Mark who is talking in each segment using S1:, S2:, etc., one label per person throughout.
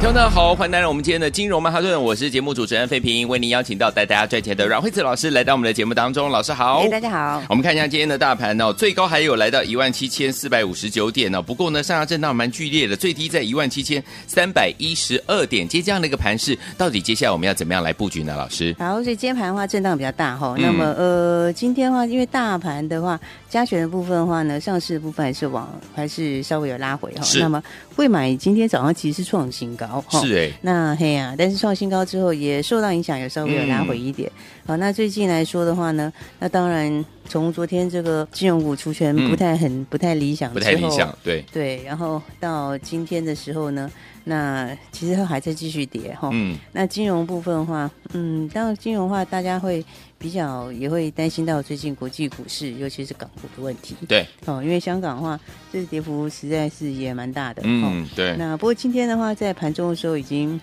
S1: 听众朋友好，欢迎来到我们今天的金融曼哈顿，我是节目主持人费平，为您邀请到带大家赚钱的阮惠子老师来到我们的节目当中，老师好，
S2: 哎，大家好。
S1: 我们看一下今天的大盘哦，最高还有来到一万七千四百五十九点呢、哦不过呢，上下震荡蛮剧烈的，最低在一万七千三百一十二点。接这样的一个盘势，到底接下来我们要怎么样来布局呢？老师，
S2: 然后所以今天盘的话震荡比较大哈，
S1: 嗯
S2: 那么呃今天的话，因为大盘的话，加权的部分的话呢，上市的部分还是往还是稍微有拉回哈
S1: 是。
S2: 那么会买今天早上其实是创新高哈，
S1: 是哎，
S2: 那嘿呀、但是创新高之后也受到影响，有稍微有拉回一点。
S1: 嗯
S2: 好，那最近来说的话呢，那当然从昨天这个金融股除权
S1: 嗯
S2: 不太很、不太理想，
S1: 不太理想，。对，
S2: 对，然后到今天的时候呢，那其实它还在继续跌哈。
S1: 嗯，
S2: 那金融部分的话，嗯，当然金融的话，大家会比较也会担心到最近国际股市，尤其是港股的问题
S1: 对，
S2: 哦，因为香港的话，这跌幅实在是也蛮大的。哦、
S1: 嗯，对，
S2: 那不过今天的话，在盘中的时候已经。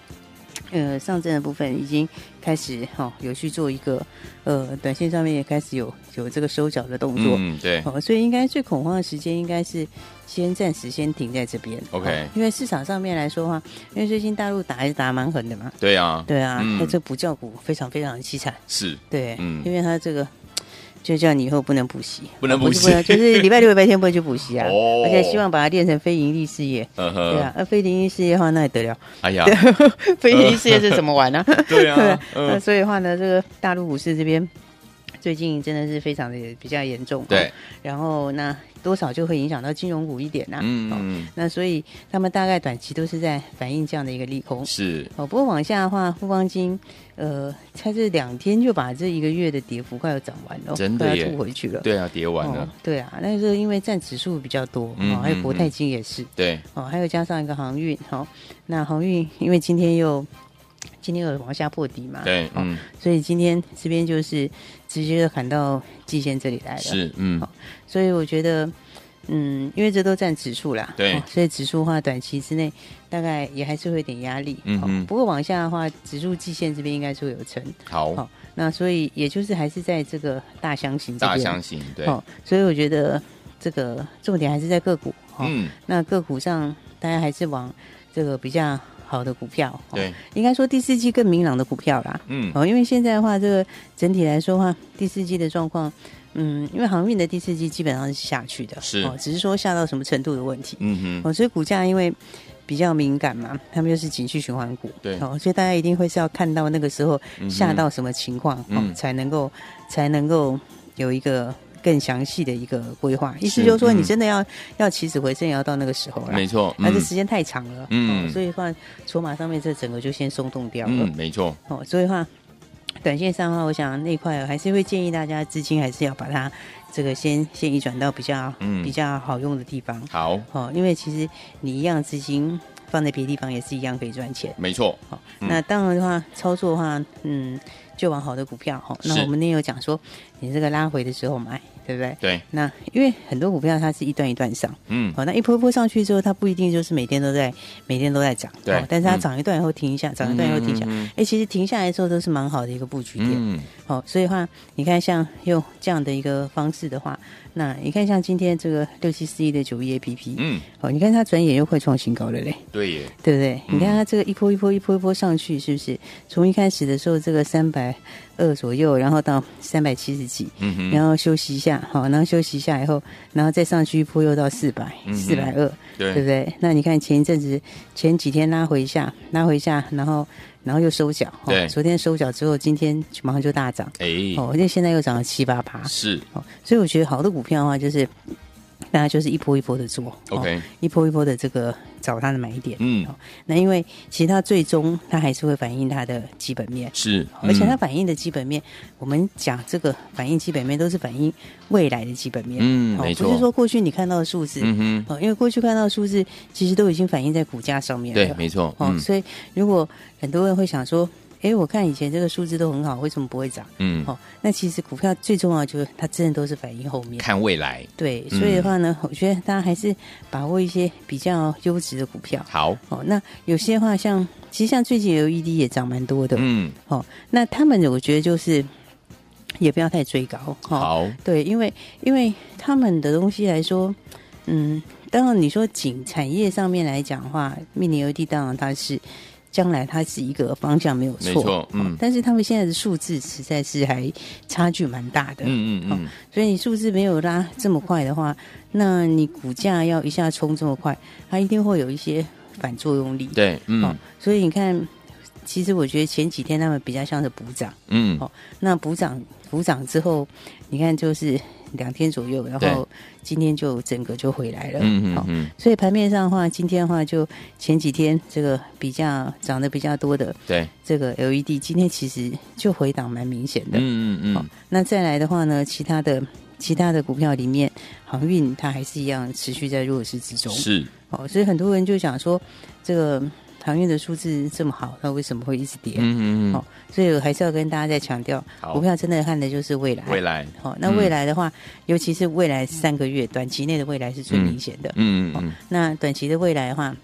S2: 呃，上证的部分已经开始哈、哦，有去做一个呃，短线上面也开始有有这个收脚的动作，
S1: 嗯，对，
S2: 哦，所以应该最恐慌的时间应该是先暂时先停在这边。
S1: OK
S2: 哦因为市场上面来说的话，因为最近大陆打还是打蛮狠的嘛，
S1: 对啊，
S2: 对啊，
S1: 嗯
S2: 那、这补教股非常非常凄惨，
S1: 是，
S2: 对，
S1: 嗯
S2: 因为他这个就叫你以后不能补习，
S1: 不能补习
S2: 啊是就是礼拜六、礼拜天不能去补习啊，
S1: 哦
S2: 而且希望把它练成非盈利事业。
S1: 嗯
S2: 对
S1: 哼
S2: 啊，，那非盈利事业的话，那也得了。
S1: 哎呀，
S2: 非盈利事业是怎么玩 呢、
S1: 对啊，
S2: 那
S1: 嗯，
S2: 所以的话呢，这个大陆股市这边最近真的是非常的比较严重。啊
S1: 对，，
S2: 然后那多少就会影响到金融股一点呐、哦
S1: 嗯，
S2: 那所以他们大概短期都是在反映这样的一个利空。
S1: 是，
S2: 哦，不过往下的话，富邦金，呃，它这两天就把这一个月的跌幅快要涨完了，
S1: 真的
S2: 快
S1: 耶
S2: 要吐回去了。
S1: 对啊，跌完
S2: 哦
S1: 了，，
S2: 对啊，那是因为占指数比较多，
S1: 嗯
S2: 哦，还
S1: 嗯
S2: 有国泰金也是，
S1: 对，
S2: 哦，还有加上一个航运，哦，那航运因为今天又今天有往下破底嘛，
S1: 对，
S2: 哦，
S1: 嗯，
S2: 所以今天这边就是直接就砍到季线这里来了，，
S1: 是，嗯，
S2: 所以我觉得。嗯，因为这都占指数啦，
S1: 对
S2: 哦所以指数的话，短期之内大概也还是会有点压力。哦
S1: 嗯哼
S2: 不过往下的话，指数季线这边应该是会有撑，
S1: 嗯好
S2: 好，那所以也就是还是在这个大箱型这
S1: 大
S2: 边。
S1: 相信，对，
S2: 哦，所以我觉得这个重点还是在个股。哦，
S1: 嗯，
S2: 那个股上大家还是往这个比较好的股票。哦、，
S1: 对，
S2: 应该说第四季更明朗的股票啦。
S1: 嗯，
S2: 哦，因为现在的话，这个整体来说的话，第四季的状况，嗯，因为航运的第四季基本上是下去的，
S1: 是
S2: 哦，只是说下到什么程度的问题。
S1: 嗯哼，
S2: 哦，所以股价因为比较敏感嘛，他们就是景气循环股，
S1: 对
S2: 哦，所以大家一定会是要看到那个时候
S1: 嗯哼
S2: 下到什么情况，
S1: 嗯
S2: 哦，才能够才能够有一个更详细的一个规划。意
S1: 是
S2: 思就是说，
S1: 嗯
S2: 你真的要、要起死回生，也要到那个时候了
S1: 没。错，
S2: 那
S1: 嗯
S2: 这时间太长了，
S1: 嗯
S2: 哦所以的话，筹码上面这整个就先松动掉了，
S1: 嗯，没错，
S2: 哦，所以的话，短线上的话，我想那一块还是会建议大家资金还是要把它这个先先移转到比较、
S1: 嗯
S2: 比较好用的地方。
S1: 好，
S2: 哦，因为其实你一样资金放在别的地方也是一样可以赚钱。
S1: 没错，
S2: 哦，
S1: 嗯
S2: 那当然的话，操作的话，嗯，就往好的股票哈、哦。那
S1: 是
S2: 我们那天有讲说，你这个拉回的时候买，对不对？
S1: 对，
S2: 那因为很多股票它是一段一段上，
S1: 嗯，
S2: 哦，那一波一波上去之后，它不一定就是每天都在每天都在涨，
S1: 对
S2: 哦，但是它
S1: 嗯
S2: 涨一段以后停一下，涨一段以后停一下，哎、
S1: 嗯
S2: 其实停下来之后都是蛮好的一个布局点。
S1: 嗯，
S2: 哦，所以的话，你看像用这样的一个方式的话，那你看像今天这个六七四一的九一 A P P，
S1: 嗯，
S2: 哦，你看它转眼又快创新高了嘞，
S1: 对耶，
S2: 对不对？
S1: 嗯
S2: 你看它这个一波一波一波一波上去，是不是？从一开始的时候这个三百二左右，然后到三百七十几，
S1: 嗯哼，
S2: 然后休息一下，好，然后休息一下以后，然后再上去一波又到四百、
S1: 嗯
S2: 四百二，对不
S1: 对，
S2: 对？那你看前一阵子前几天拉回一下，拉回一下，然后然后又收脚，哦
S1: 对
S2: 昨天收脚之后，今天马上就大涨，
S1: 哎，
S2: 哦，而且现在又涨了七八趴，
S1: 是
S2: 哦，所以我觉得好的股票的话，就是大家就是一波一波的做哦
S1: OK，
S2: 一波一波的这个找它的买点。
S1: 嗯，
S2: 那因为其实它最终它还是会反映它的基本面，哦
S1: 是，
S2: 而且它
S1: 嗯
S2: 反映的基本面，我们讲这个反映基本面都是反映未来的基本面，
S1: 嗯
S2: 哦
S1: 没错
S2: 不是说过去你看到的数字，
S1: 嗯哼，
S2: 哦，因为过去看到的数字其实都已经反映在股价上面了，
S1: 对，没错，
S2: 哦，
S1: 嗯，
S2: 所以如果很多人会想说，哎，我看以前这个数字都很好，为什么不会涨？
S1: 嗯，
S2: 哦，那其实股票最重要的就是它真的都是反映后面。
S1: 看未来，
S2: 对，
S1: 嗯
S2: 所以的话呢，我觉得大家还是把握一些比较优质的股票。
S1: 好，
S2: 哦，那有些话像，其实像最近 LED 也涨蛮多的。
S1: 嗯，
S2: 哦，那他们我觉得就是也不要太追高。哦，
S1: 好，
S2: 对，因为因为他们的东西来说，嗯，当然你说仅产业上面来讲的话，Mini LED 当然它是将来它是一个方向没有错，
S1: 没错嗯
S2: 哦但是他们现在的数字实在是还差距蛮大的，
S1: 嗯嗯嗯，
S2: 所以你数字没有拉这么快的话，那你股价要一下冲这么快，它一定会有一些反作用力，
S1: 对，
S2: 哦
S1: 嗯，
S2: 所以你看。其实我觉得前几天他们比较像是补涨，
S1: 嗯，
S2: 哦那补涨补涨之后，你看就是两天左右，然
S1: 对
S2: 后今天就整个就回来了。
S1: 嗯嗯
S2: 好
S1: 嗯，
S2: 所以盘面上的话，今天的话就前几天这个比较涨得比较多的
S1: 对，
S2: 这个 LED，今天其实就回档蛮明显的。
S1: 嗯嗯嗯，
S2: 那再来的话呢，其他的其他的股票里面，航运它还是一样持续在弱势之中。
S1: 是，
S2: 哦，所以很多人就想说，这个航运的数字这么好，它为什么会一直跌？
S1: 嗯嗯嗯，
S2: 好所以我还是要跟大家再强调，
S1: 好
S2: 股票真的看的就是未来。
S1: 未来，
S2: 好、哦那未来的话，尤其是未来三个月，短期内的未来是最明显的。
S1: 嗯嗯嗯，
S2: 那短期的未来的话，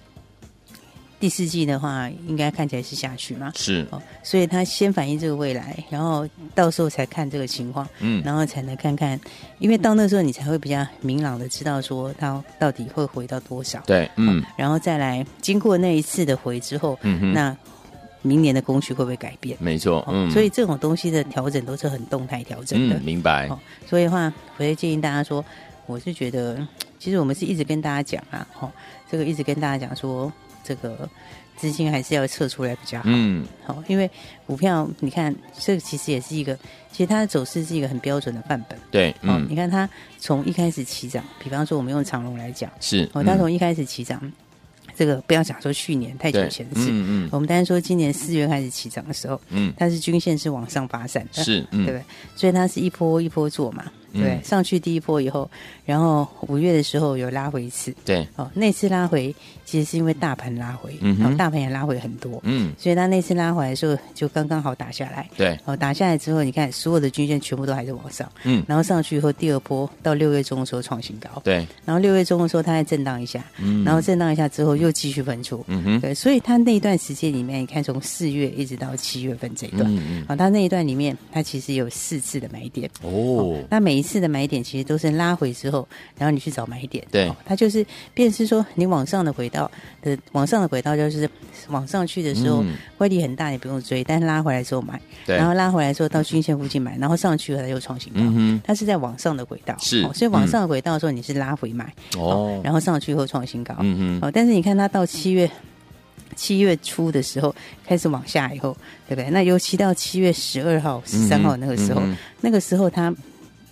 S2: 第四季的话，应该看起来是下去嘛。
S1: 嗯是，
S2: 哦，所以它先反映这个未来，然后到时候才看这个情况，
S1: 嗯，
S2: 然后才能看看，因为到那时候你才会比较明朗的知道说它到底会回到多少，哦
S1: 对，嗯
S2: 然后再来经过那一次的回之后，
S1: 嗯哼，
S2: 那明年的工序会不会改变？
S1: 没错，
S2: 哦
S1: 嗯，
S2: 所以这种东西的调整都是很动态调整的。
S1: 嗯，明白，
S2: 哦所以的话，我会建议大家说，我是觉得，其实我们是一直跟大家讲啊，哈、这个一直跟大家讲说，这个资金还是要撤出来比较好，
S1: 嗯，
S2: 好、因为股票你看，这个其实也是一个，其实它的走势是一个很标准的范本，
S1: 对，
S2: 哦，
S1: 嗯
S2: 你，看它从一开始起涨，比方说我们用长龙来讲，
S1: 是，嗯
S2: 哦，它从一开始起涨，这个不要讲说去年太久
S1: 对
S2: 前，的事，
S1: 嗯嗯
S2: 我们单说今年四月开始起涨的时候，
S1: 嗯，
S2: 它是均线是往上发展的，
S1: 是，
S2: 哦 对
S1: 嗯
S2: 不对？所以它是一波一波做嘛，
S1: 嗯
S2: 对不对，上去第一波以后，然后五月的时候有拉回一次，
S1: 对，
S2: 哦，那次拉回其实是因为大盘拉回，
S1: 嗯哼
S2: 然后大盘也拉回很多，
S1: 嗯
S2: 所以它那次拉回来的时候就刚刚好打下来。
S1: 对，
S2: 哦，打下来之后，你看所有的均线全部都还是往上，
S1: 嗯
S2: 然后上去以后，第二波到六月中的时候创新高，
S1: 对，
S2: 然后六月中的时候它再震荡一下，
S1: 嗯，
S2: 然后震荡一下之后又继续喷出，
S1: 嗯哼，
S2: 对，所以它那一段时间里面，你看从四月一直到七月份这一段，
S1: 嗯嗯，
S2: 好，它那一段里面，它其实有四次的买点。
S1: 哦，
S2: 那每一次的买点其实都是拉回之后，然后你去找买点。
S1: 对
S2: 哦它就是便是说你往上的轨道的往上的轨道就是往上去的时候
S1: 嗯，
S2: 威力很大，你不用追，但拉回来之后买，
S1: 对
S2: 然，后拉回来之后到均线附近买，然后上去了它又创新高。
S1: 嗯
S2: 它是在往上的轨道，哦
S1: 是
S2: 所以往上的轨道的时候你是拉回买，
S1: 哼，哦，
S2: 然后上去以后创新高。
S1: 嗯哼，
S2: 哦，但是你看它到七月七月初的时候开始往下以后，对不对？那尤其到七月十二号、十三号那个时候，
S1: 嗯哼
S2: 那个时候它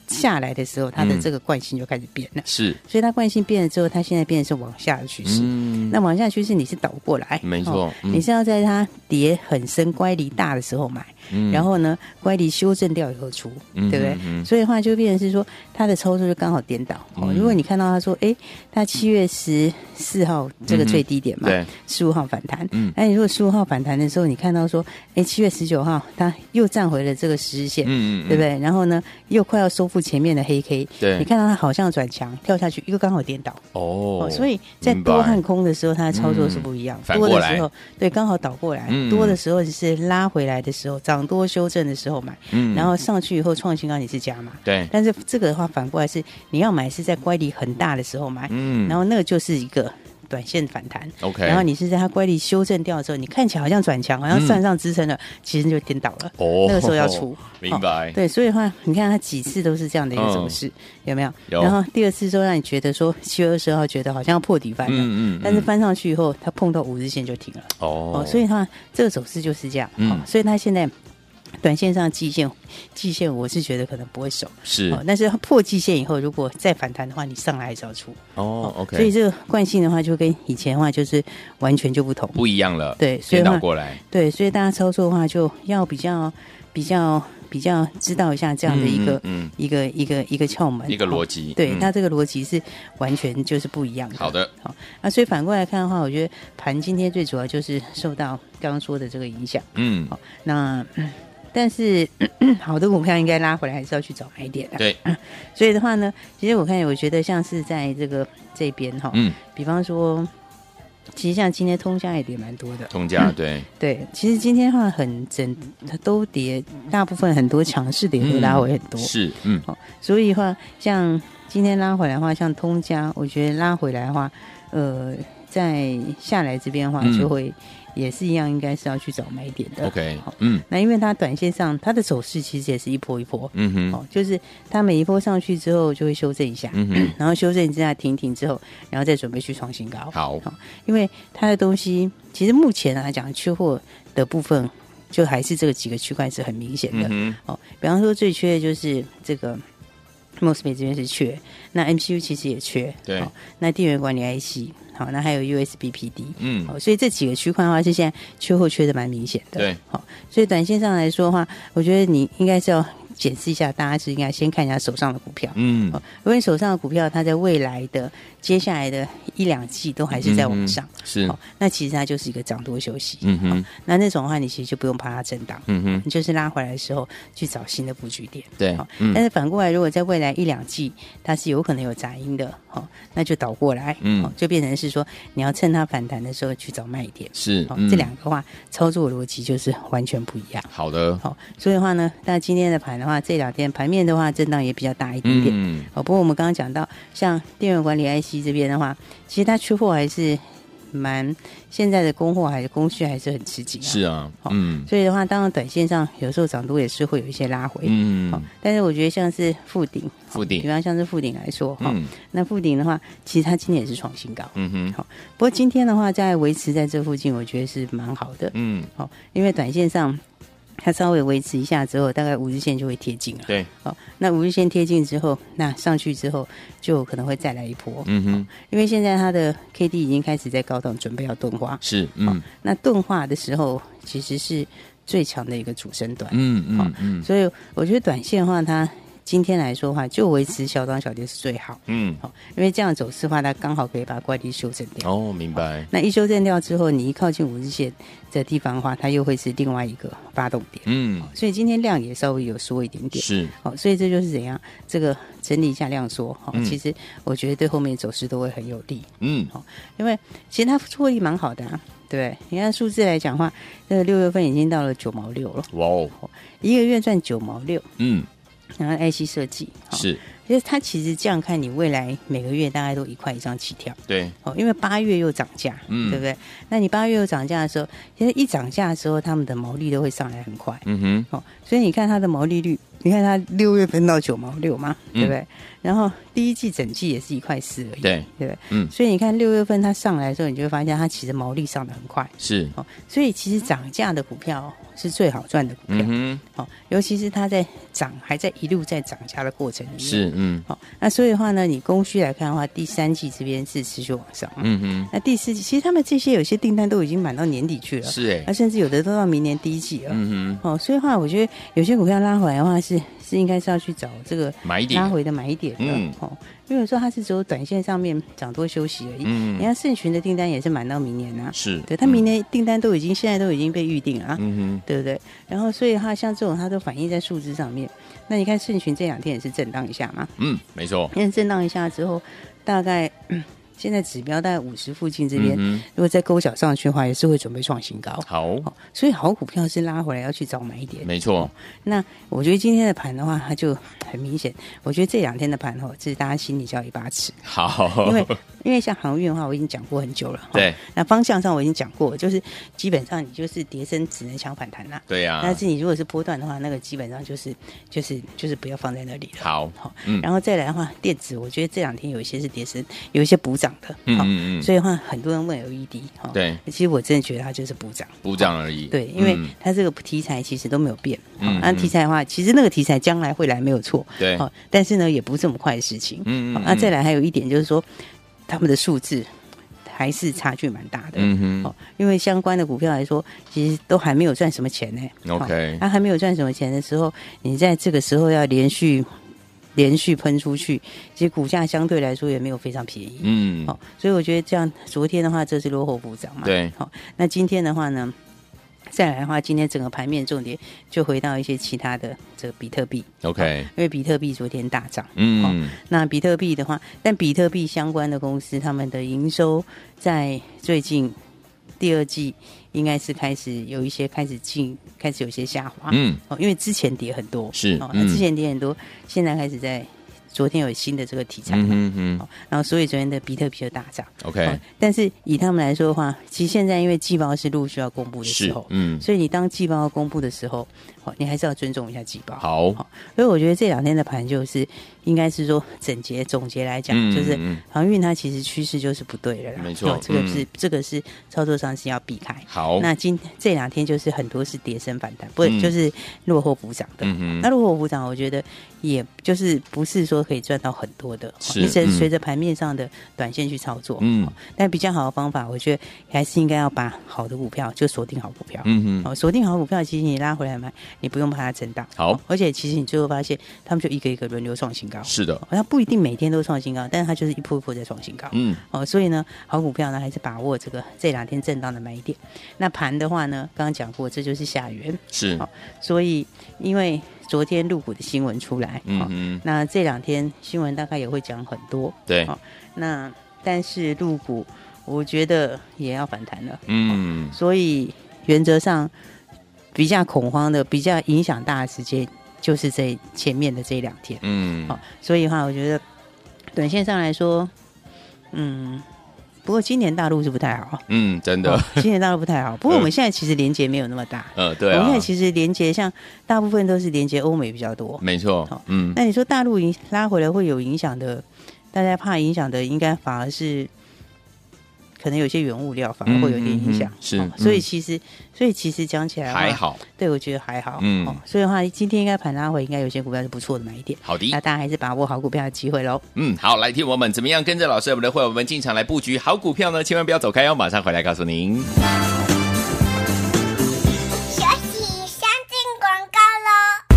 S2: 下来的时候，它的这个惯性就开始变了。
S1: 是，
S2: 所以它惯性变了之后，它现在变成是往下的趋势。
S1: 嗯，
S2: 那往下趋势你是倒过来，
S1: 没错
S2: 哦
S1: 嗯
S2: 你是要在它跌很深、乖离大的时候买，
S1: 嗯
S2: 然后呢，乖离修正掉以后出，
S1: 嗯
S2: 对不对？
S1: 嗯嗯
S2: 所以的话就变成是说，它的操作就刚好颠倒。哦，
S1: 嗯
S2: 如果你看到他说，诶，它七月十四号这个最低点
S1: 嗯
S2: 嘛，
S1: 对，
S2: 十五号反弹，
S1: 嗯
S2: 那你如果十五号反弹的时候，你看到说，诶，七月十九号它又站回了这个十日线。
S1: 嗯嗯，
S2: 对不？对？然后呢，又快要收复前面的黑 K，
S1: 对
S2: 你看到它好像转强，跳下去又刚好颠倒，
S1: 哦
S2: 哦，，所以在
S1: 明白嗯
S2: 多和空的时候，它的操作是不一样。
S1: 反
S2: 多
S1: 过
S2: 的
S1: 来
S2: 时候，对，刚好倒过来；
S1: 嗯
S2: 多的时候是拉回来的时候，涨多修正的时候买，
S1: 嗯
S2: 然后上去以后创新高你是加码。
S1: 对，
S2: 但是这个的话，反过来是你要买是在乖离很大的时候买，
S1: 嗯，
S2: 然后那个就是一个短线反弹。
S1: OK，
S2: 然后你是在它乖离修正掉之后，你看起来好像转强，好
S1: 嗯
S2: 像站上支撑了，其实就颠倒了。
S1: 哦，
S2: 那个时候要 出，哦
S1: 明白，嗯
S2: 对，所以的话，你看它几次都是这样的一个走势，有没有？
S1: 有
S2: 然后第二次之后，让你觉得说七月二十号觉得好像要破底翻了，
S1: 嗯嗯嗯
S2: 但是翻上去以后，它碰到五日线就停了。
S1: 哦
S2: 哦，所以的话，这个走势就是这样。
S1: 嗯
S2: 哦，所以它现在。短线上季线，季线我是觉得可能不会守，
S1: 是
S2: 哦，但是它破季线以后，如果再反弹的话，你上来还是要出。
S1: 哦，OK，
S2: 所以这个惯性的话，就跟以前的话就是完全就不同。
S1: 不一样了，
S2: 对所以
S1: 颠倒
S2: 话
S1: 过来，
S2: 对，所以大家操作的话，就要比较比较比比较知道一下这样的一个、
S1: 嗯
S2: 一个一个一个窍门，
S1: 一个逻
S2: 哦
S1: 辑
S2: 对
S1: 嗯，
S2: 它这个逻辑是完全就是不一样的。
S1: 好的，
S2: 好、那所以反过来看的话，我觉得盘今天最主要就是受到刚刚说的这个影响。
S1: 嗯，嗯
S2: 那 嗯但是 好的股票应该拉回来，还是要去找买点的。啊
S1: 对，
S2: 所以的话呢，其实我看，我觉得像是在这个这边哈、
S1: 嗯，
S2: 比方说，其实像今天通宵也跌蛮多的，
S1: 通价对，
S2: 对，其实今天的话很整，它都跌，大部分很多强势跌都拉回很多，
S1: 是，嗯，
S2: 所以的话，像今天拉回来的话，像通家，我觉得拉回来的话，呃，在下来这边的话
S1: 嗯
S2: 就会、也是一样，应该是要去找买点的。
S1: OK，
S2: 呃好
S1: 嗯
S2: 那因为它短线上它的走势其实也是一波一波，
S1: 嗯哼，
S2: 哦，就是它每一波上去之后就会修正一下，
S1: 嗯 哼，
S2: 然后修正一下停一停之后，然后再准备去创新高。
S1: 好，
S2: 因为它的东西其实目前来讲，缺货的部分就还是这个几个区块是很明显的、
S1: 嗯哼，
S2: 哦。比方说最缺的就是这个 MOSFET 这边是缺，那 MCU 其实也缺，
S1: 对
S2: 哦那电源管理 IC 好、那还有 USB PD。
S1: 嗯，
S2: 哦，所以这几个区块的话是现在缺货缺的蛮明显的，
S1: 对，
S2: 好、所以短线上来说的话，我觉得你应该是要检视一下，大家是应该先看一下手上的股票，
S1: 嗯
S2: 哦，如果你手上的股票它在未来的接下来的一两季都还是在往上，
S1: 嗯是，
S2: 哦，那其实它就是一个涨多休息。哦
S1: 嗯哼，
S2: 那那种的话，你其实就不用怕它震荡，
S1: 嗯哼，
S2: 你就是拉回来的时候去找新的布局点。
S1: 对
S2: 好，但
S1: 嗯
S2: 是反过来，如果在未来一两季它是有可能有杂音的，哦，那就倒过来，
S1: 嗯
S2: 哦，就变成是说你要趁它反弹的时候去找卖点。
S1: 是
S2: 哦，，
S1: 嗯
S2: 这两个话操作逻辑就是完全不一样。
S1: 好的，
S2: 好、所以的话呢，那今天的盘的话，这两天盘面的话震荡也比较大一点点。
S1: 嗯
S2: 哦，不过我们刚刚讲到，像电源管理 IC 这边的话，其实它缺货还是蛮现在的供货还是供需还是很吃紧、啊。
S1: 是，啊，
S2: 好
S1: 嗯
S2: 所以的话，当然短线上有时候涨多也是会有一些拉回。好
S1: 嗯，
S2: 但是我觉得像是富鼎，
S1: 复
S2: 比
S1: 定，
S2: 方像是富鼎来说哈、
S1: 嗯
S2: 那富鼎的话，其实它今天也是创新高。
S1: 嗯哼，
S2: 不过今天的话，在维持在这附近，我觉得是蛮好的。
S1: 嗯
S2: 好、因为短线上它稍微维持一下之后，大概五日线就会贴近了。
S1: 对，
S2: 好，那五日线贴近之后，那上去之后就可能会再来一波，
S1: 嗯哼，
S2: 因为现在它的 K D 已经开始在高档准备要钝化，
S1: 是，嗯
S2: 那钝化的时候其实是最强的一个主升段，
S1: 嗯嗯嗯
S2: 所以我觉得短线的话，它今天来说的话，就维持小涨小跌是最好，
S1: 嗯，
S2: 好，因为这样走势的话，它刚好可以把乖离修正掉。
S1: 哦，明白，
S2: 那一修正掉之后，你一靠近五日线的地方的话，它又会是另外一个发动点，
S1: 嗯
S2: 所以今天量也稍微有缩一点点。
S1: 是，
S2: 哦，所以这就是怎样这个整理一下量缩哈、哦
S1: 嗯
S2: 其实我觉得对后面走势都会很有利，
S1: 嗯
S2: 因为其实它获利蛮好的、啊，对不对，你看数字来讲的话，那个六月份已经到了九毛六了，
S1: 哇哦，
S2: 一个月赚九毛六，
S1: 嗯
S2: 然后 IC 设计，哦，
S1: 是，
S2: 所以它其实这样看你未来每个月大概都一块以上起跳
S1: 对，
S2: 哦，因为八月又涨价，
S1: 嗯
S2: 对不对？那你八月又涨价的时候，其实一涨价的时候，他们的毛利都会上来很快，
S1: 嗯哼，
S2: 哦，所以你看它的毛利率，你看它六月份到九毛六嘛，
S1: 嗯
S2: 对不对？然后第一季整季也是一块四而已，
S1: 对，
S2: 对不对？
S1: 嗯
S2: 所以你看六月份它上来的时候，你就会发现它其实毛利上的很快
S1: 是，
S2: 哦。所以其实涨价的股票是最好赚的股票、
S1: 嗯哼，
S2: 哦，尤其是它在涨还在一路在涨价的过程里面。
S1: 是，嗯
S2: 哦，那所以的话呢，你供需来看的话，第三季这边是持续往上，
S1: 嗯哼，
S2: 那第四季其实他们这些有些订单都已经满到年底去了，
S1: 是哎
S2: 那，甚至有的都到明年第一季了。
S1: 嗯
S2: 哦，所以的话，我觉得有些股票拉回来的话是，是应该是要去找这个
S1: 哼，买一点
S2: 拉，回的买点的、
S1: 嗯
S2: 哦，因为有时候它是只有短线上面涨多休息而已。
S1: 嗯
S2: 你看盛群的订单也是满到明年啊，
S1: 是，
S2: 哎
S1: 嗯
S2: 对，它明年订单都已经、现在都已经被预定了啊，
S1: 嗯，嗯
S2: 对不对？然后所以它像这种它都反映在数字上面。那你看盛群这两天也是震荡一下嘛，
S1: 哼，嗯，没错，
S2: 因为震荡一下之后，大概、 嗯现在指标大概五十附近这边，
S1: 嗯
S2: 如果再勾脚上去的话，也是会准备创新高。
S1: 哼，好，
S2: 哦，所以好股票是拉回来要去找买点。
S1: 没错，
S2: 那我觉得今天的盘的话，它就很明显。我觉得这两天的盘哦，这是大家心里叫一把尺，
S1: 好，
S2: 因为因为像航运的话，我已经讲过很久了。
S1: 哦 对
S2: 哦，那方向上我已经讲过，就是基本上你就是跌升只能抢反弹啦。
S1: 对呀，
S2: 但是你如果是波段的话，那个基本上就是就是就是不要放在那里了。
S1: 好，
S2: 好、
S1: 嗯
S2: 然后再来的话，电子我觉得这两天有一些是跌升，有一些补涨的。
S1: 嗯
S2: 好
S1: 嗯嗯
S2: 所以的话，很多人问 LED 哈、哦
S1: 对，
S2: 其实我真的觉得它就是补涨。
S1: 部长而已，
S2: 对，因为
S1: 嗯
S2: 它这个题材其实都没有变。好
S1: 嗯
S2: 那
S1: 嗯
S2: 题材的话，其实那个题材将来会来没有错，
S1: 对，
S2: 好，但是呢，也不是这么快的事情。啊
S1: 嗯
S2: 好那再
S1: 来，
S2: 来还有一点就是说，他们的数字还是差距蛮大的。
S1: 嗯哼
S2: 哦，因为相关的股票来说，其实都还没有赚什么钱呢。
S1: OK
S2: 它、还没有赚什么钱的时候，你在这个时候要连续连续喷出去，其实股价相对来说也没有非常便宜。
S1: 嗯，
S2: 哦，所以我觉得这样，昨天的话这是落后补涨嘛，
S1: 对
S2: 好、那今天的话呢，再来的话，今天整个盘面重点就回到一些其他的这个比特币，
S1: OK，
S2: 因为比特币昨天大涨，
S1: 嗯
S2: 那比特币的话，但比特币相关的公司他们的营收在最近第二季应该是开始有一些开始进，开始有一些下滑，
S1: 嗯
S2: 哦，因为之前跌很多，
S1: 是
S2: 哦，
S1: 嗯
S2: 那之前跌很多，现在开始在昨天有新的这个题材
S1: 嗯
S2: 嘛，
S1: 哼哼
S2: 哦，然后所以昨天的比特币就大涨。哦
S1: ，OK，
S2: 但是以他们来说的话，其实现在因为季报是陆续要公布的时
S1: 是
S2: 候，，
S1: 嗯，
S2: 所以你当季报要公布的时候，哦，你还是要尊重一下季报。
S1: 好，
S2: 所以我觉得这两天的盘就是，应该是说整结总结来讲，就是
S1: 嗯嗯
S2: 航运它其实趋势就是不对了啦。
S1: 没错
S2: 哦这个是、
S1: 嗯
S2: 这个是操作上是要避开。
S1: 好，
S2: 那今这两天就是很多是跌升反弹，不、
S1: 哦嗯
S2: 就是落后补涨的。
S1: 嗯
S2: 那
S1: 哼，
S2: 如果我补涨，我觉得也就是不是说可以赚到很多的，
S1: 是
S2: 你只能
S1: 嗯
S2: 随着盘面上的短线去操作。哦
S1: 嗯
S2: 但比较好的方法，我觉得还是应该要把好的股票就锁定好股票。
S1: 嗯哼，
S2: 哦，锁定好股票，其实你拉回来买，你不用怕它震荡。
S1: 好
S2: 哦而且其实你最后发现，他们就一个一个轮流创新高。
S1: 是的，
S2: 哦它不一定每天都创新高，但是它就是一波一波在创新高。
S1: 嗯
S2: 哦，所以呢，好股票呢还是把握这个这两天震荡的买点。那盘的话呢，刚刚讲过，这就是下缘，
S1: 是，
S2: 所以因为昨天入股的新闻出来，
S1: 嗯
S2: 哦
S1: 哼，
S2: 那这两天新闻大概也会讲很多。
S1: 对，
S2: 那但是入股，我觉得也要反弹了。
S1: 嗯
S2: 所以原则上比较恐慌的、比较影响大的时间，就是这前面的这两天。
S1: 嗯
S2: 好、，哦所以的话，我觉得短线上来说，嗯，不过今年大陆是不太好，
S1: 嗯，真的
S2: 哦，今年大陆不 太好。不过我们现在其实连接没有那么大，
S1: 呃，对啊
S2: 我们现在，其实连接像大部分都是连接欧美比较多。
S1: 没错，嗯，
S2: 那你说大陆影拉回来会有影响的，大家怕影响的，应该反而是可能有些原物料反而会有点影响哦
S1: 嗯嗯嗯，是
S2: 所以
S1: 嗯
S2: 其实，所以其实讲起来的话
S1: 还，好，
S2: 对我觉得还好，哦
S1: 嗯
S2: 所以的话，今天应该盘拉回，应该有些股票是不错的买点，
S1: 好的
S2: 那，大家还是把握好股票的机会喽。
S1: 嗯，好，来，听我们怎么样跟着老师我们的会员们进场来布局好股票呢？千万不要走开哦，马上回来告诉您。
S3: 学习先进广告喽。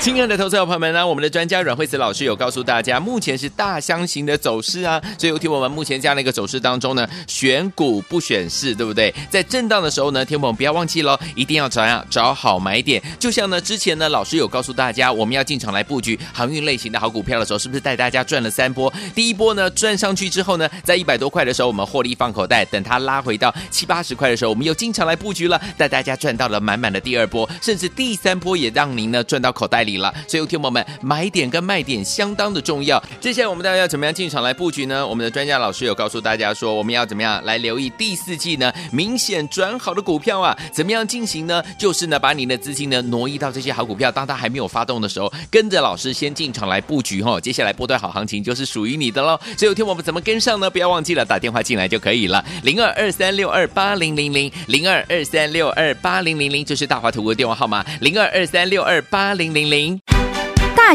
S1: 亲爱的投资者朋友们呢、我们的专家阮慧慈老师有告诉大家，目前是大箱型的走势啊，所以有听我们目前这样的一个走势当中呢，选股不选市，对不对？在震荡的时候呢，天友们不要忘记喽，一定要找呀找好买点。就像呢之前呢，老师有告诉大家，我们要进场来布局航运类型的好股票的时候，是不是带大家赚了三波？第一波呢赚上去之后呢，在一百多块的时候，我们获利放口袋，等它拉回到七八十块的时候，我们又进场来布局了，带大家赚到了满满的第二波，甚至第三波也让您呢赚到口袋里了。所以，听众朋友们，买点跟卖点相当的重要。接下来我们到底要怎么样进场来布局呢？我们的专家老师有告诉大家说，我们要怎么样来留意第四季呢明显转好的股票啊，怎么样进行呢？就是呢把你的资金呢挪移到这些好股票，当它还没有发动的时候，跟着老师先进场来布局哦。接下来波段好行情就是属于你的喽。所以，听我们怎么跟上呢？不要忘记了打电话进来就可以了，零二二三六二八零零零零二二三六二八零零零，这是大华图的电话号码，零二二三六二八零零零。
S4: 大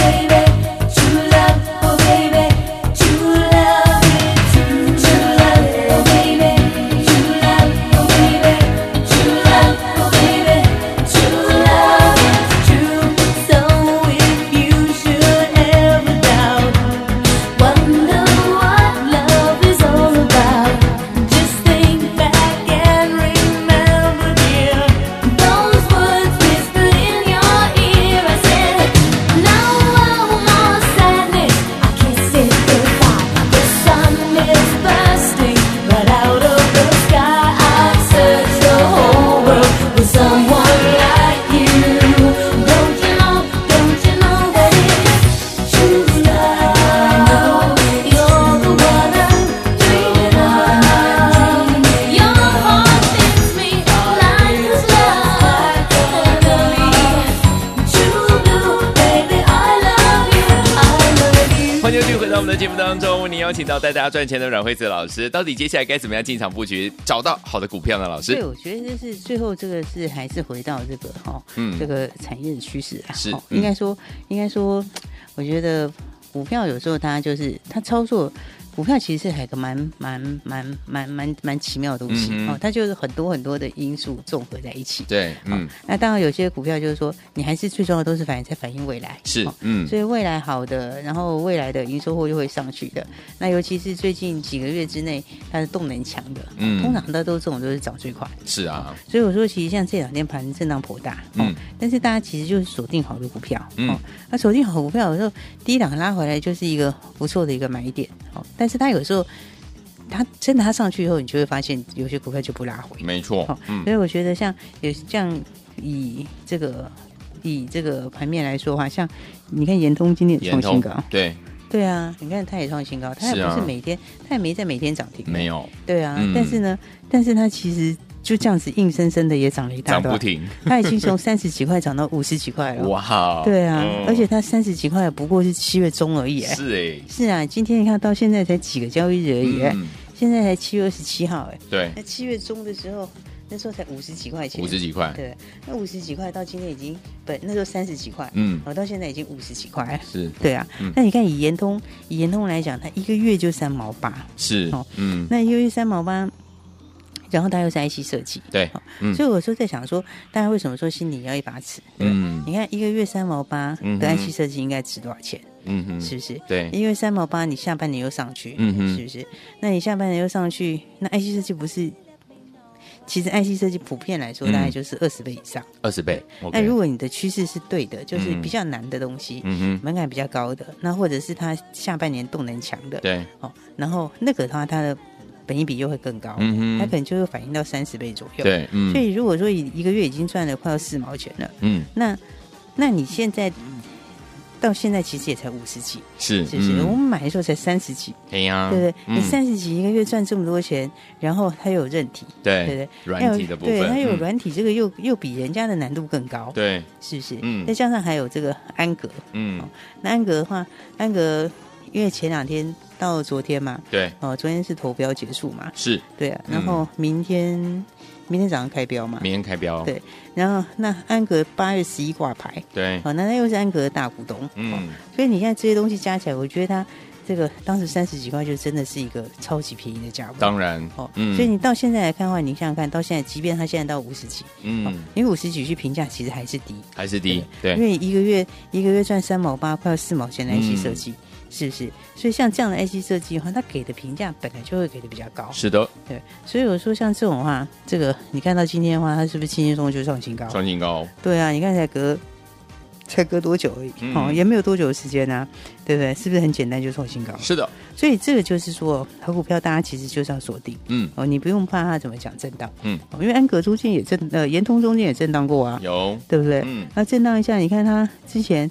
S3: oh oh oh oh 欢迎继续回到我们的节目当中，为您邀请到带大家赚钱的阮惠子老师，到底接下来该怎么样进场布局，找到好的股票呢？老
S2: 对，
S3: 师，
S2: 我觉得就是最后这个是还是回到这个哈、哦
S3: 嗯
S2: 这个产业的趋势啊。
S3: 是
S2: 哦
S3: 嗯
S2: 应该说，应该说，我觉得股票有时候它就是它操作。股票其实是还有个蛮蛮蛮蛮蛮蛮奇妙的东西、
S3: 嗯哼
S2: 哦，它就是很多很多的因素综合在一起。哦
S3: 对，嗯，
S2: 那当然有些股票就是说，你还是最重要的都是反映在反映未来。
S3: 是
S2: 哦，
S3: 嗯，
S2: 所以未来好的，然后未来的营收后就会上去的。那尤其是最近几个月之内，它是动能强的，
S3: 嗯
S2: 通常它都这种都是涨最快。
S3: 是啊，
S2: 所以我说，其实像这两天盘震荡颇大，哦、
S3: 嗯
S2: 但是大家其实就是锁定好的股票，
S3: 嗯
S2: 哦，那锁定好股票有时候低档拉回来就是一个不错的一个买点，哦，但是它有时候它真的它上去以后，你就会发现有些股票就不拉回，
S3: 没错
S2: 好，
S3: 嗯
S2: 所以我觉得像有像以这个以这个盘面来说的话，像你看延通今天也
S3: 延
S2: 创新
S3: 通
S2: 高，
S3: 对，
S2: 对啊，你看它也创新高，它
S1: 是
S2: 也
S1: 啊
S2: 不是每天，它也没在每天涨停，
S1: 没
S2: 有。
S1: 有
S2: 对啊，
S1: 嗯
S2: 但是呢，但是它其实就这样子硬生生的也涨了一大
S1: 涨
S2: 段
S1: 不，停，
S2: 它已经从三十几块涨到五十几块了。
S1: 哇，
S2: 对啊，
S1: 嗯
S2: 而且它三十几块不过是七月中而已。哎
S1: 是哎，
S2: 是啊，今天你看到现在才几个交易日而已，哎
S1: 嗯
S2: 现在才七月二十七号，哎，
S1: 对，
S2: 那七月中的时候，那时候才五十几块钱，
S1: 五十几块，
S2: 对，那五十几块到今天已经不，那时候三十几块，哦
S1: 嗯，
S2: 我到现在已经五十几块了。
S1: 是
S2: 对啊，
S1: 嗯
S2: 那你看以延通以延通来讲，它一个月就三毛八，
S1: 是
S2: 哦，
S1: 嗯，
S2: 那一个月三毛八，然后它又是 IC 设计，
S1: 对，嗯
S2: 所以我就在想说，大家为什么说心里要一把尺？嗯，
S1: 嗯
S2: 你看一个月三毛八
S1: 嗯
S2: 的
S1: 哼
S2: IC 设计应该值多少钱？
S1: 嗯哼，
S2: 是不是？
S1: 对
S2: 因为三毛八你下半年又上去，
S1: 嗯哼
S2: 是不是？那你下半年又上去，那 IC 设计不是？其实 IC 设计普遍来说，
S1: 嗯
S2: 大概就是二十倍以上。
S1: 二十倍
S2: 那、
S1: ，OK，
S2: 如果你的趋势是对的，就是
S1: 嗯
S2: 比较难的东西，
S1: 嗯哼，
S2: 门槛比较高的，那或者是它下半年动能强的，
S1: 对，
S2: 哦，然后那个的话，它的本益比又会更高，
S1: 嗯哼
S2: 它可能就会反映到三十倍左右。，
S1: 对，嗯，
S2: 所以如果说一一个月已经赚了快要四毛钱了，
S1: 嗯，
S2: 那那你现在到现在其实也才五十几，
S1: 是，
S2: 是不是？我们
S1: 嗯，
S2: 买的时候才三十几，
S1: 哎呀，
S2: 哦对不对？你
S1: 嗯
S2: 三十几一个月赚这么多钱，然后它又有韧体，对不
S1: 对
S2: 对，
S1: 软体的部分，
S2: 对，它有
S1: 嗯，
S2: 软体，这个又又比人家的难度更高，
S1: 对，
S2: 是不是？
S1: 嗯
S2: 再加上还有这个安格，
S1: 嗯，
S2: 那安格的话，安格因为前两天到昨天嘛，
S1: 对，
S2: 哦，昨天是投标结束嘛，
S1: 是，
S2: 对啊，
S1: 嗯
S2: 然后明天、明天早上开标嘛，
S1: 明天开标，
S2: 对然后那安格八月十一挂牌，
S1: 对，
S2: 哦，那他又是安格的大股东，哦，
S1: 嗯，
S2: 所以你看这些东西加起来，我觉得它这个当时三十几块就真的是一个超级便宜的价位，
S1: 当然
S2: 哦，，
S1: 嗯，
S2: 所以你到现在来看的话，你想想看，到现在，即便它现在到五十几，哦
S1: 嗯，
S2: 你五十几去评价，其实还是低，
S1: 还是低，
S2: 因
S1: 对，
S2: 为一个月一个月赚三毛八，快要四毛钱的 IC 设
S1: 嗯
S2: 计，是不是？所以像这样的 IC 设计的话，它给的评价本来就会给的比较高，
S1: 是的，
S2: 对。所以我说像这种话，这个你看到今天的话，它是不是轻轻松松就创新高？
S1: 创新高，
S2: 对啊，你看才隔才隔多久而已，
S1: 嗯
S2: 哦，也没有多久的时间啊，对不对？是不是很简单就创新高？
S1: 是的，
S2: 所以这个就是说，好股票大家其实就是要锁定。
S1: 嗯，
S2: 哦，你不用怕它怎么讲震荡，
S1: 嗯
S2: 哦，因为安格中间也震，呃，延通中间也震荡过啊，
S1: 有，
S2: 对不对？
S1: 嗯，
S2: 那震荡一下，你看它之前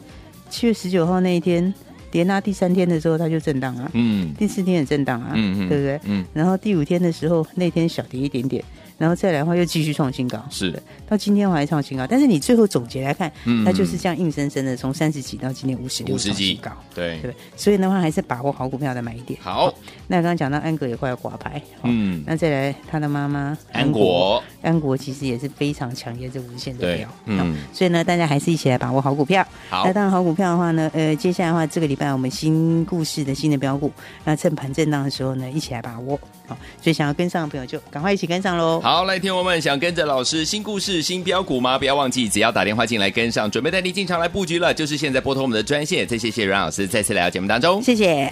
S2: 七月十九号那一天连拉第三天的时候，它就震荡啊，
S1: 嗯，
S2: 第四天也震荡啊，
S1: 嗯嗯，
S2: 对不对？
S1: 嗯，
S2: 然后第五天的时候，那天小跌一点点，然后再来的话又继续创新高，
S1: 是，
S2: 到今天我还创新高。但是你最后总结来看，
S1: 嗯
S2: 它就是这样硬生生的从三十几到今天五十六
S1: 50
S2: 创
S1: 几
S2: 新高，
S1: 对
S2: 对不，对？所以的话还是把握好股票的买点。
S1: 好，
S2: 那刚刚讲到安格也快要挂牌，哦
S1: 嗯，
S2: 那再来他的妈妈
S1: 安国，
S2: 安国其实也是非常抢业这无限的
S1: 对
S2: 标，，
S1: 嗯，
S2: 所以呢，大家还是一起来把握好股票。
S1: 好
S2: 那，当然，好股票的话呢，呃，接下来的话，这个礼拜我们新故事的新的标股，那趁盘震荡的时候呢，一起来把握。好，所以想要跟上的朋友就赶快一起跟上喽。
S1: 好，来，听友们想跟着老师新故事、新标股吗？不要忘记，只要打电话进来跟上，准备带您进场来布局了，就是现在拨通我们的专线。再谢谢阮老师再次来到节目当中。
S2: 谢谢。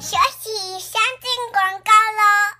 S3: 学习先进广告喽。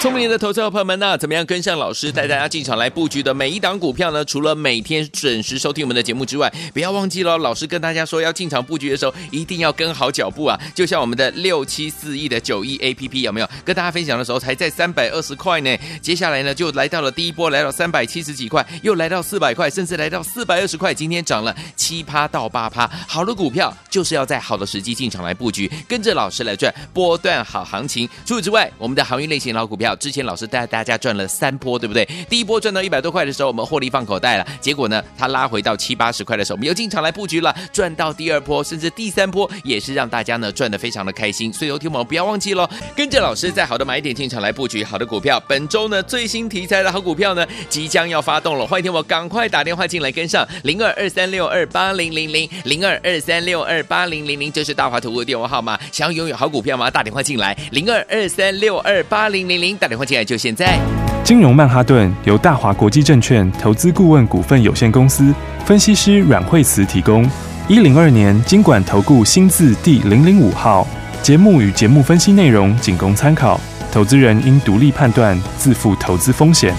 S1: 聪明的投资者朋友们呢，怎么样跟上老师带大家进场来布局的每一档股票呢？除了每天准时收听我们的节目之外，不要忘记了，老师跟大家说要进场布局的时候，一定要跟好脚步啊！就像我们的六七四亿的九亿 A P P 有没有跟大家分享的时候，才在三百二十块呢？接下来呢，就来到了第一波，来到三百七十几块，又来到四百块，甚至来到四百二十块，今天涨了七趴到八趴。好的股票就是要在好的时机进场来布局，跟着老师来赚波段好行情。除此之外，我们的航运类型老股票，之前老师带大家赚了三波，对不对？第一波赚到一百多块的时候，我们获利放口袋了，结果呢，它拉回到七八十块的时候，我们又进场来布局了，赚到第二波，甚至第三波，也是让大家呢赚得非常的开心。所以，有听我们不要忘记喽，跟着老师在好的买点进场来布局好的股票。本周呢最新题材的好股票呢，即将要发动了，欢迎听我赶快打电话进来跟上零二二三六二八零零零零二二三六二八零零零，这是大华投资的电话号码。想要拥有好股票吗？打电话进来零二二三六二八零零零，打电话进来就现在。
S5: 金融曼哈顿由大华国际证券投资顾问股份有限公司分析师阮惠慈提供。一零二年经管投顾新字第零零五号。节目与节目分析内容仅供参考，投资人应独立判断，自负投资风险。